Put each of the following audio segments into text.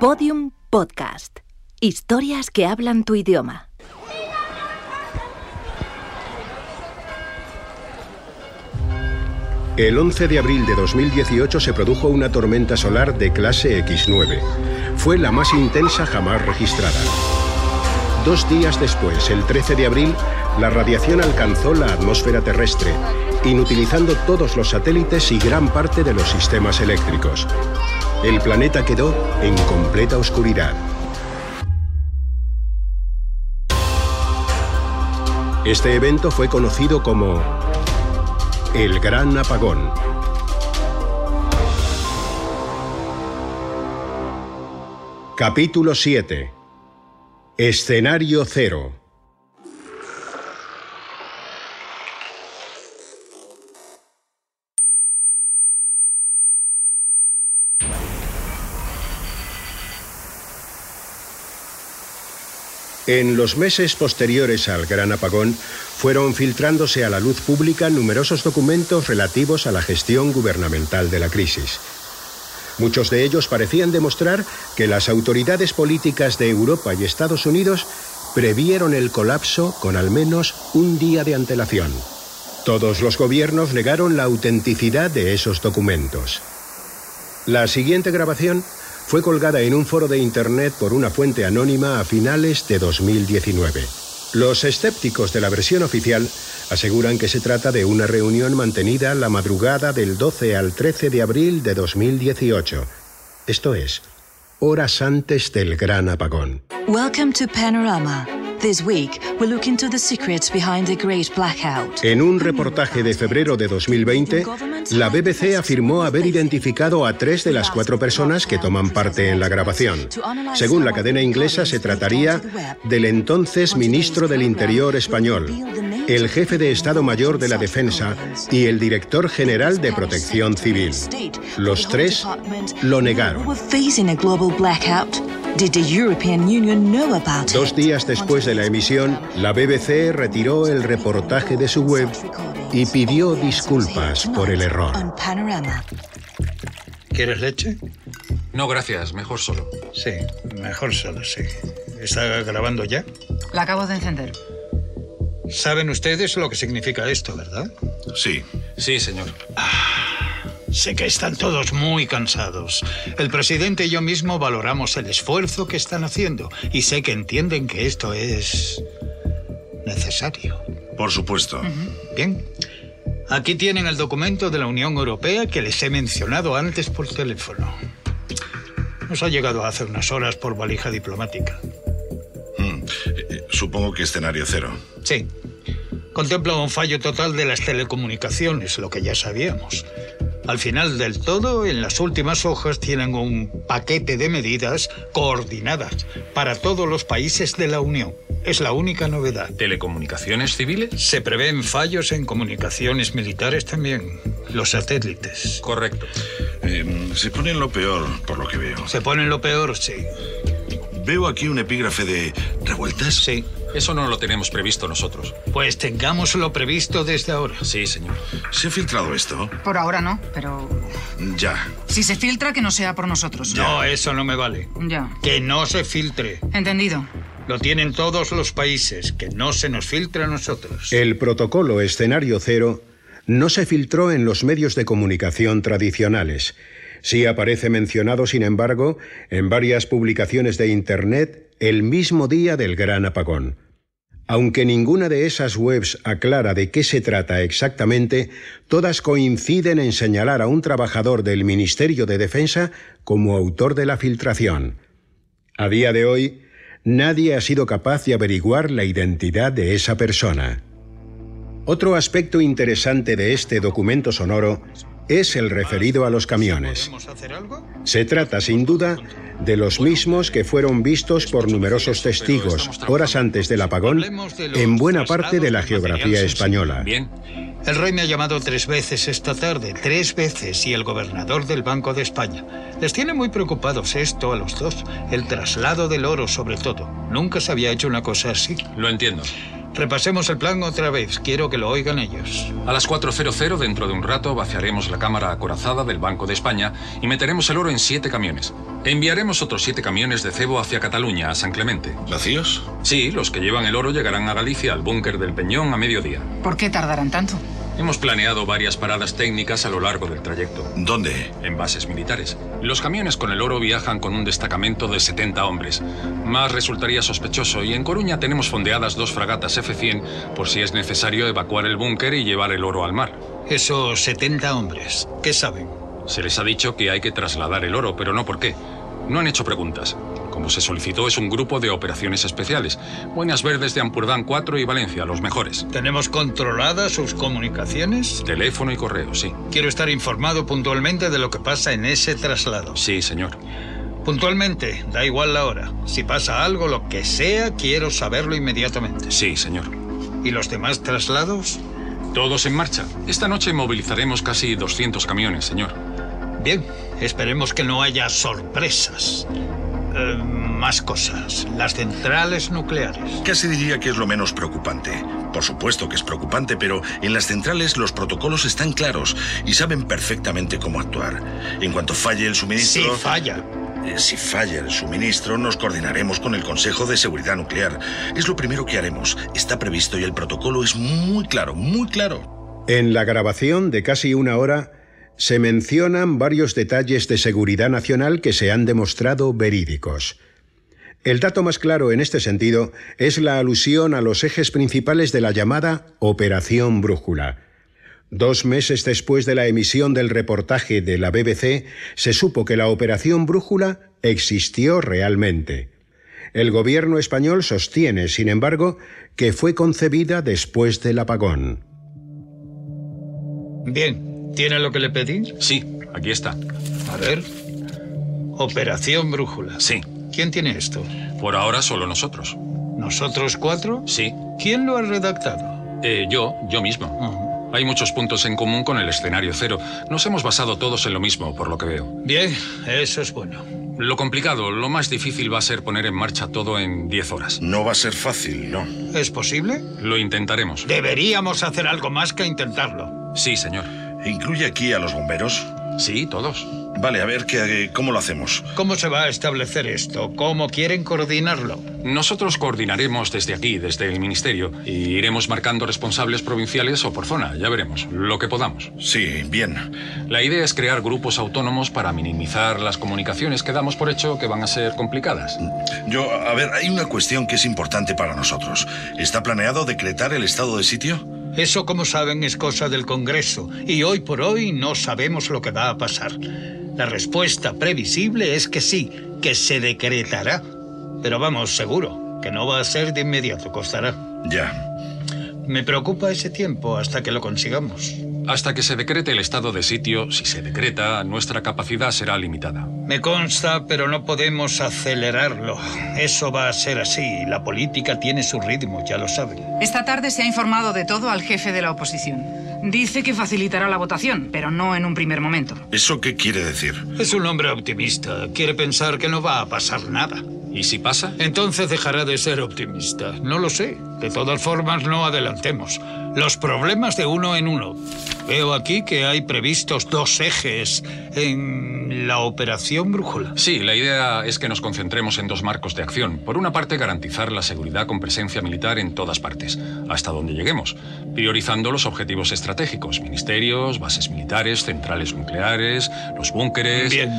Podium Podcast. Historias que hablan tu idioma. El 11 de abril de 2018 se produjo una tormenta solar de clase X9. Fue la más intensa jamás registrada. Dos días después, el 13 de abril, la radiación alcanzó la atmósfera terrestre, inutilizando todos los satélites y gran parte de los sistemas eléctricos. El planeta quedó en completa oscuridad. Este evento fue conocido como el Gran Apagón. Capítulo 7. Escenario cero. En los meses posteriores al gran apagón, fueron filtrándose a la luz pública numerosos documentos relativos a la gestión gubernamental de la crisis. Muchos de ellos parecían demostrar que las autoridades políticas de Europa y Estados Unidos previeron el colapso con al menos un día de antelación. Todos los gobiernos negaron la autenticidad de esos documentos. La siguiente grabación fue colgada en un foro de Internet por una fuente anónima a finales de 2019. Los escépticos de la versión oficial aseguran que se trata de una reunión mantenida la madrugada del 12 al 13 de abril de 2018, esto es, horas antes del gran apagón. Welcome to Panorama. This week, we look into the secrets behind the great blackout. En un reportaje de febrero de 2020, la BBC afirmó haber identificado a tres de las cuatro personas que toman parte en la grabación. Según la cadena inglesa, se trataría del entonces ministro del Interior español, el jefe de Estado Mayor de la Defensa y el director general de Protección Civil. Los tres lo negaron. We're facing a global blackout. Did the European Union know about it? Dos días después de la emisión, la BBC retiró el reportaje de su web y pidió disculpas por el error. On Panorama. ¿Quieres leche? No, gracias, mejor solo. Sí, mejor solo, sí. ¿Está grabando ya? La acabo de encender. Saben ustedes lo que significa esto, ¿verdad? Sí. Sí, señor. Sé que están todos muy cansados. El presidente y yo mismo valoramos el esfuerzo que están haciendo y sé que entienden que esto es necesario. Por supuesto. Bien. Aquí tienen el documento de la Unión Europea que les he mencionado antes por teléfono. Nos ha llegado hace unas horas por valija diplomática. Mm, eh, eh, Supongo que escenario cero. Sí. Contempla un fallo total de las telecomunicaciones, lo que ya sabíamos. Al final del todo, en las últimas hojas tienen un paquete de medidas coordinadas para todos los países de la Unión. Es la única novedad. ¿Telecomunicaciones civiles? Se prevén fallos en comunicaciones militares también, los satélites. Correcto. Eh, se ponen lo peor, por lo que veo. Se ponen lo peor, sí. Veo aquí un epígrafe de revueltas. Sí. Eso no lo tenemos previsto nosotros. Pues tengamos lo previsto desde ahora. Sí, señor. ¿Se ha filtrado esto? Por ahora no, pero Ya. si se filtra, que no sea por nosotros. No, eso no me vale. Ya. Que no se filtre. Entendido. Lo tienen todos los países. Que no se nos filtre a nosotros. El protocolo escenario cero no se filtró en los medios de comunicación tradicionales. Sí aparece mencionado, sin embargo, en varias publicaciones de Internet el mismo día del gran apagón. Aunque ninguna de esas webs aclara de qué se trata exactamente, todas coinciden en señalar a un trabajador del Ministerio de Defensa como autor de la filtración. A día de hoy, nadie ha sido capaz de averiguar la identidad de esa persona. Otro aspecto interesante de este documento sonoro es el referido a los camiones. ¿Podemos hacer algo? Se trata, sin duda, de los mismos que fueron vistos por numerosos testigos horas antes del apagón en buena parte de la geografía española. Bien. El rey me ha llamado tres veces esta tarde, tres veces, y el gobernador del Banco de España. Les tiene muy preocupados esto a los dos, el traslado del oro sobre todo. Nunca se había hecho una cosa así. Lo entiendo. Repasemos el plan otra vez. Quiero que lo oigan ellos. A las 4.00 dentro de un rato vaciaremos la cámara acorazada del Banco de España y meteremos el oro en siete camiones. Enviaremos otros siete camiones de cebo hacia Cataluña, a San Clemente. ¿Vacíos? Sí, los que llevan el oro llegarán a Galicia al búnker del Peñón a mediodía. ¿Por qué tardarán tanto? Hemos planeado varias paradas técnicas a lo largo del trayecto. ¿Dónde? en bases militares. Los camiones con el oro viajan con un destacamento de 70 hombres. Más resultaría sospechoso y en Coruña tenemos fondeadas dos fragatas F-100 por si es necesario evacuar el búnker y llevar el oro al mar. Esos 70 hombres, ¿qué saben? Se les ha dicho que hay que trasladar el oro, pero no por qué. No han hecho preguntas. Como se solicitó, es un grupo de operaciones especiales. Buenas Verdes de Ampurdán 4 y Valencia, los mejores. ¿Tenemos controladas sus comunicaciones? Teléfono y correo, sí. Quiero estar informado puntualmente de lo que pasa en ese traslado. Sí, señor. Puntualmente, da igual la hora. Si pasa algo, lo que sea, quiero saberlo inmediatamente. Sí, señor. ¿Y los demás traslados? Todos en marcha. Esta noche movilizaremos casi 200 camiones, señor. Bien, esperemos que no haya sorpresas. Eh, más cosas, las centrales nucleares. Casi diría que es lo menos preocupante. Por supuesto que es preocupante, pero en las centrales los protocolos están claros y saben perfectamente cómo actuar. En cuanto falle el Si suministro... falla, Eh, Si falla el suministro, nos coordinaremos con el Consejo de Seguridad Nuclear. Es lo primero que haremos. Está previsto y el protocolo es muy claro, muy claro. En la grabación de casi una hora se mencionan varios detalles de seguridad nacional que se han demostrado verídicos. El dato más claro en este sentido es la alusión a los ejes principales de la llamada Operación Brújula. Dos meses después de la emisión del reportaje de la BBC, se supo que la Operación Brújula existió realmente. El gobierno español sostiene, sin embargo, que fue concebida después del apagón. bien, ¿tiene lo que le pedí? Sí, aquí está. A ver. Operación Brújula. Sí. ¿Quién tiene esto? Por ahora solo nosotros. ¿Nosotros cuatro? Sí. ¿Quién lo ha redactado? Eh, yo, yo mismo. Hay muchos puntos en común con el escenario cero. Nos hemos basado todos en lo mismo, por lo que veo. Bien, eso es bueno. Lo complicado, lo más difícil va a ser poner en marcha todo en 10 horas. No va a ser fácil, no. ¿Es posible? Lo intentaremos. Deberíamos hacer algo más que intentarlo. Sí, señor. ¿Incluye aquí a los bomberos? Sí, todos. Vale, a ver, ¿qué, ¿cómo lo hacemos? ¿Cómo se va a establecer esto? ¿Cómo quieren coordinarlo? Nosotros coordinaremos desde aquí, desde el Ministerio, y iremos marcando responsables provinciales o por zona, ya veremos, lo que podamos. Sí, bien. La idea es crear grupos autónomos para minimizar las comunicaciones que damos por hecho que van a ser complicadas. Yo, a ver, hay una cuestión que es importante para nosotros. ¿Está planeado decretar el estado de sitio? Eso, como saben, es cosa del Congreso y hoy por hoy no sabemos lo que va a pasar. La respuesta previsible es que sí, que se decretará. Pero vamos, seguro, que no va a ser de inmediato, costará. Ya. Me preocupa ese tiempo hasta que lo consigamos. Hasta que se decrete el estado de sitio, si se decreta, nuestra capacidad será limitada. Me consta, pero no podemos acelerarlo. Eso va a ser así. La política tiene su ritmo, ya lo saben. Esta tarde se ha informado de todo al jefe de la oposición. Dice que facilitará la votación, pero no en un primer momento. ¿Eso qué quiere decir? Es un hombre optimista. Quiere pensar que no va a pasar nada. ¿Y si pasa? Entonces dejará de ser optimista. No lo sé. De todas formas, no adelantemos. Los problemas de uno en uno. Veo aquí que hay previstos dos ejes en la operación brújula. Sí, la idea es que nos concentremos en dos marcos de acción. Por una parte, garantizar la seguridad con presencia militar en todas partes, hasta donde lleguemos, priorizando los objetivos estratégicos, ministerios, bases militares, centrales nucleares, los búnkeres. Bien.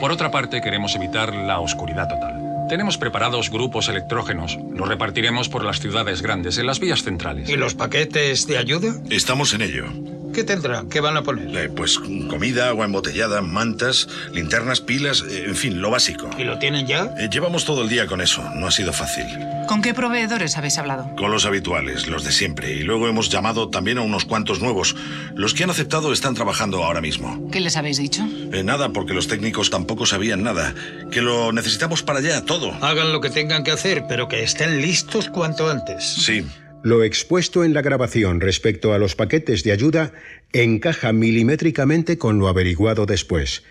Por otra parte, queremos evitar la oscuridad total. Tenemos preparados grupos electrógenos, los repartiremos por las ciudades grandes, en las vías centrales. ¿Y los paquetes de ayuda? Estamos en ello. ¿Qué tendrán? ¿Qué van a poner? Eh, pues comida, agua embotellada, mantas, linternas, pilas, eh, en fin, lo básico. ¿Y lo tienen ya? Eh, llevamos todo el día con eso, no ha sido fácil. ¿Con qué proveedores habéis hablado? Con los habituales, los de siempre, y luego hemos llamado también a unos cuantos nuevos. Los que han aceptado están trabajando ahora mismo. ¿Qué les habéis dicho? Eh, nada, porque los técnicos tampoco sabían nada. Que lo necesitamos para allá, todo. Hagan lo que tengan que hacer, pero que estén listos cuanto antes. Sí, Lo expuesto en la grabación respecto a los paquetes de ayuda encaja milimétricamente con lo averiguado después.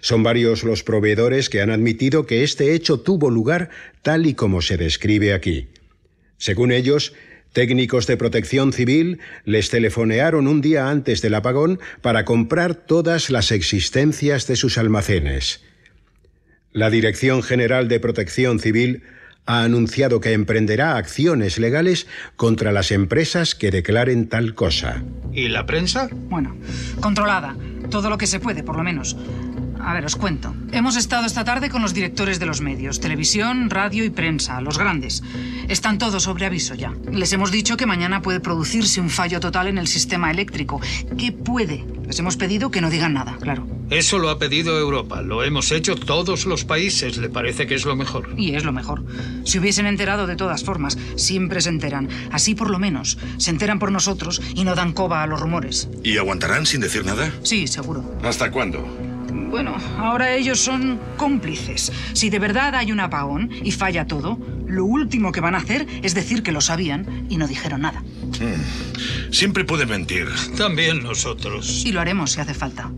Son varios los proveedores que han admitido que este hecho tuvo lugar tal y como se describe aquí. Según ellos, Técnicos de protección civil les telefonearon un día antes del apagón para comprar todas las existencias de sus almacenes. La Dirección General de Protección Civil ha anunciado que emprenderá acciones legales contra las empresas que declaren tal cosa. ¿Y la prensa? Bueno, controlada. Todo lo que se puede, por lo menos. A ver, os cuento. Hemos estado esta tarde con los directores de los medios, televisión, radio y prensa, los grandes. Están todos sobre aviso ya. Les hemos dicho que mañana puede producirse un fallo total en el sistema eléctrico. ¿Qué puede? Les hemos pedido que no digan nada, claro. Eso lo ha pedido Europa. Lo hemos hecho todos los países. Le parece que es lo mejor. Y es lo mejor. Si hubiesen enterado de todas formas, siempre se enteran. Así por lo menos. Se enteran por nosotros y no dan coba a los rumores. ¿Y aguantarán sin decir nada? Sí, seguro. ¿Hasta cuándo? Bueno, ahora ellos son cómplices. Si de verdad hay un apagón y falla todo, lo último que van a hacer es decir que lo sabían y no dijeron nada. Siempre pueden mentir. También nosotros. Y lo haremos si hace falta.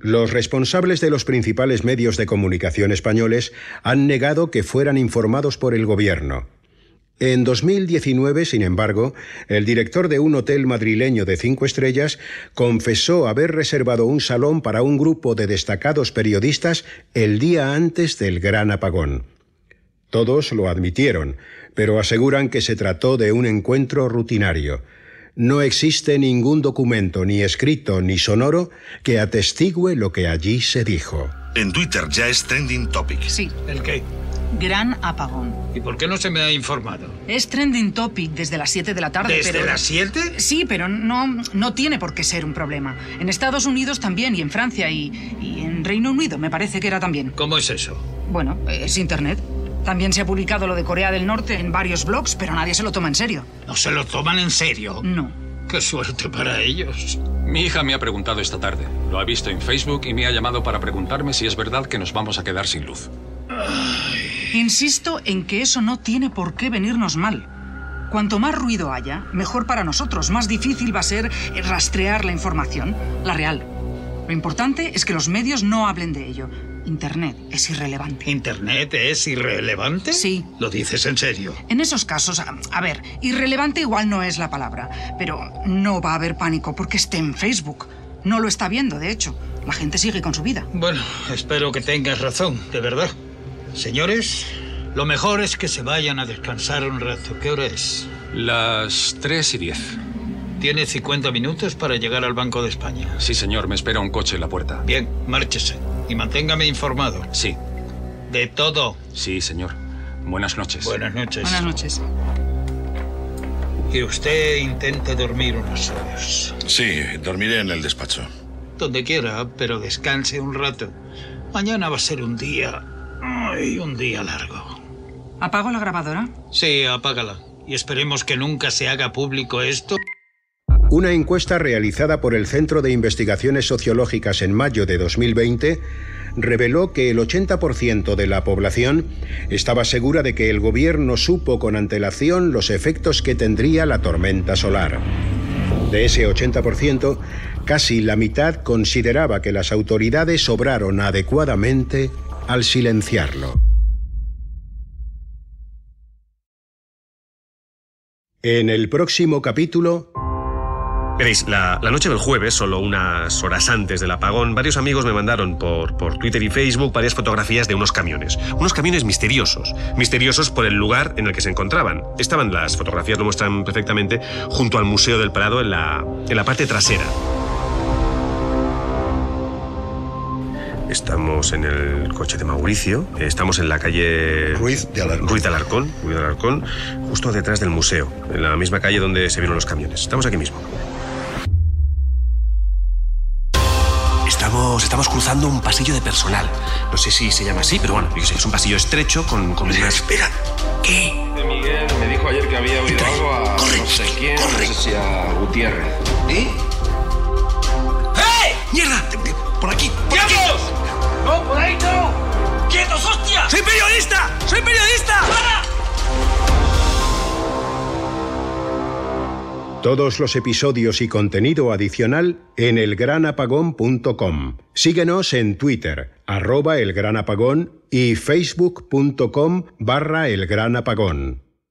Los responsables de los principales medios de comunicación españoles han negado que fueran informados por el gobierno. En 2019, sin embargo, el director de un hotel madrileño de cinco estrellas confesó haber reservado un salón para un grupo de destacados periodistas el día antes del gran apagón. Todos lo admitieron, pero aseguran que se trató de un encuentro rutinario. No existe ningún documento, ni escrito ni sonoro, que atestigue lo que allí se dijo. En Twitter ya es trending topic. Sí, ¿El qué? gran apagón. ¿Y por qué no se me ha informado? Es trending topic desde las 7 de la tarde, ¿Desde pero... las 7? Sí, pero no, no tiene por qué ser un problema. En Estados Unidos también, y en Francia, y, y en Reino Unido me parece que era también. ¿Cómo es eso? Bueno, es Internet. También se ha publicado lo de Corea del Norte en varios blogs, pero nadie se lo toma en serio. ¿No se lo toman en serio? No. Qué suerte para ellos. Mi hija me ha preguntado esta tarde. Lo ha visto en Facebook y me ha llamado para preguntarme si es verdad que nos vamos a quedar sin luz. Insisto en que eso no tiene por qué venirnos mal. Cuanto más ruido haya, mejor para nosotros, más difícil va a ser eh, rastrear la información, la real. Lo importante es que los medios no hablen de ello. Internet es irrelevante. ¿Internet es irrelevante? Sí. ¿Lo dices en serio? En esos casos, a, a ver, irrelevante igual no es la palabra, pero no va a haber pánico porque esté en Facebook. No lo está viendo, de hecho. La gente sigue con su vida. Bueno, espero que tengas razón, de verdad. Señores, lo mejor es que se vayan a descansar un rato. ¿Qué hora es? Las 3 y 10. Tiene 50 minutos para llegar al Banco de España. Sí, señor, me espera un coche en la puerta. Bien, márchese y manténgame informado. Sí, De todo. sí, señor. Buenas noches. Buenas noches. Buenas noches. Y usted intente dormir unas horas. Sí, dormiré en el despacho. Donde quiera, pero descanse un rato. Mañana va a ser un día... Ay, un día largo. ¿Apago la grabadora? Sí, apágala. Y esperemos que nunca se haga público esto. Una encuesta realizada por el Centro de Investigaciones Sociológicas en mayo de 2020 reveló que el 80% de la población estaba segura de que el gobierno supo con antelación los efectos que tendría la tormenta solar. De ese 80%, casi la mitad consideraba que las autoridades obraron adecuadamente al silenciarlo. En el próximo capítulo... Veréis, la, la noche del jueves, solo unas horas antes del apagón, varios amigos me mandaron por, por Twitter y Facebook varias fotografías de unos camiones. Unos camiones misteriosos. Misteriosos por el lugar en el que se encontraban. Estaban, las fotografías lo muestran perfectamente, junto al Museo del Prado en la, en la parte trasera. Estamos en el coche de Mauricio, estamos en la calle Ruiz de Alarcón. Ruiz de Alarcón, Ruiz de Alarcón, justo detrás del museo, en la misma calle donde se vieron los camiones. Estamos aquí mismo. Estamos, estamos cruzando un pasillo de personal. No sé si se llama así, pero bueno, yo qué sé, es un pasillo estrecho con, con unas... Espera. ¿Qué? Miguel me dijo ayer que había oído algo a Corre, no sé quién, corre. no sé si a Gutiérrez. ¿Eh? ¡Eh! ¡Mierda! Te- te- Por aquí. Por aquí. ¡No, por ahí no! ¡Quietos, hostia! ¡Soy periodista! ¡Soy periodista! ¡Para! Todos los episodios y contenido adicional en elgranapagón.com. Síguenos en Twitter, arroba elgranapagón y facebook.com barra elgranapagón.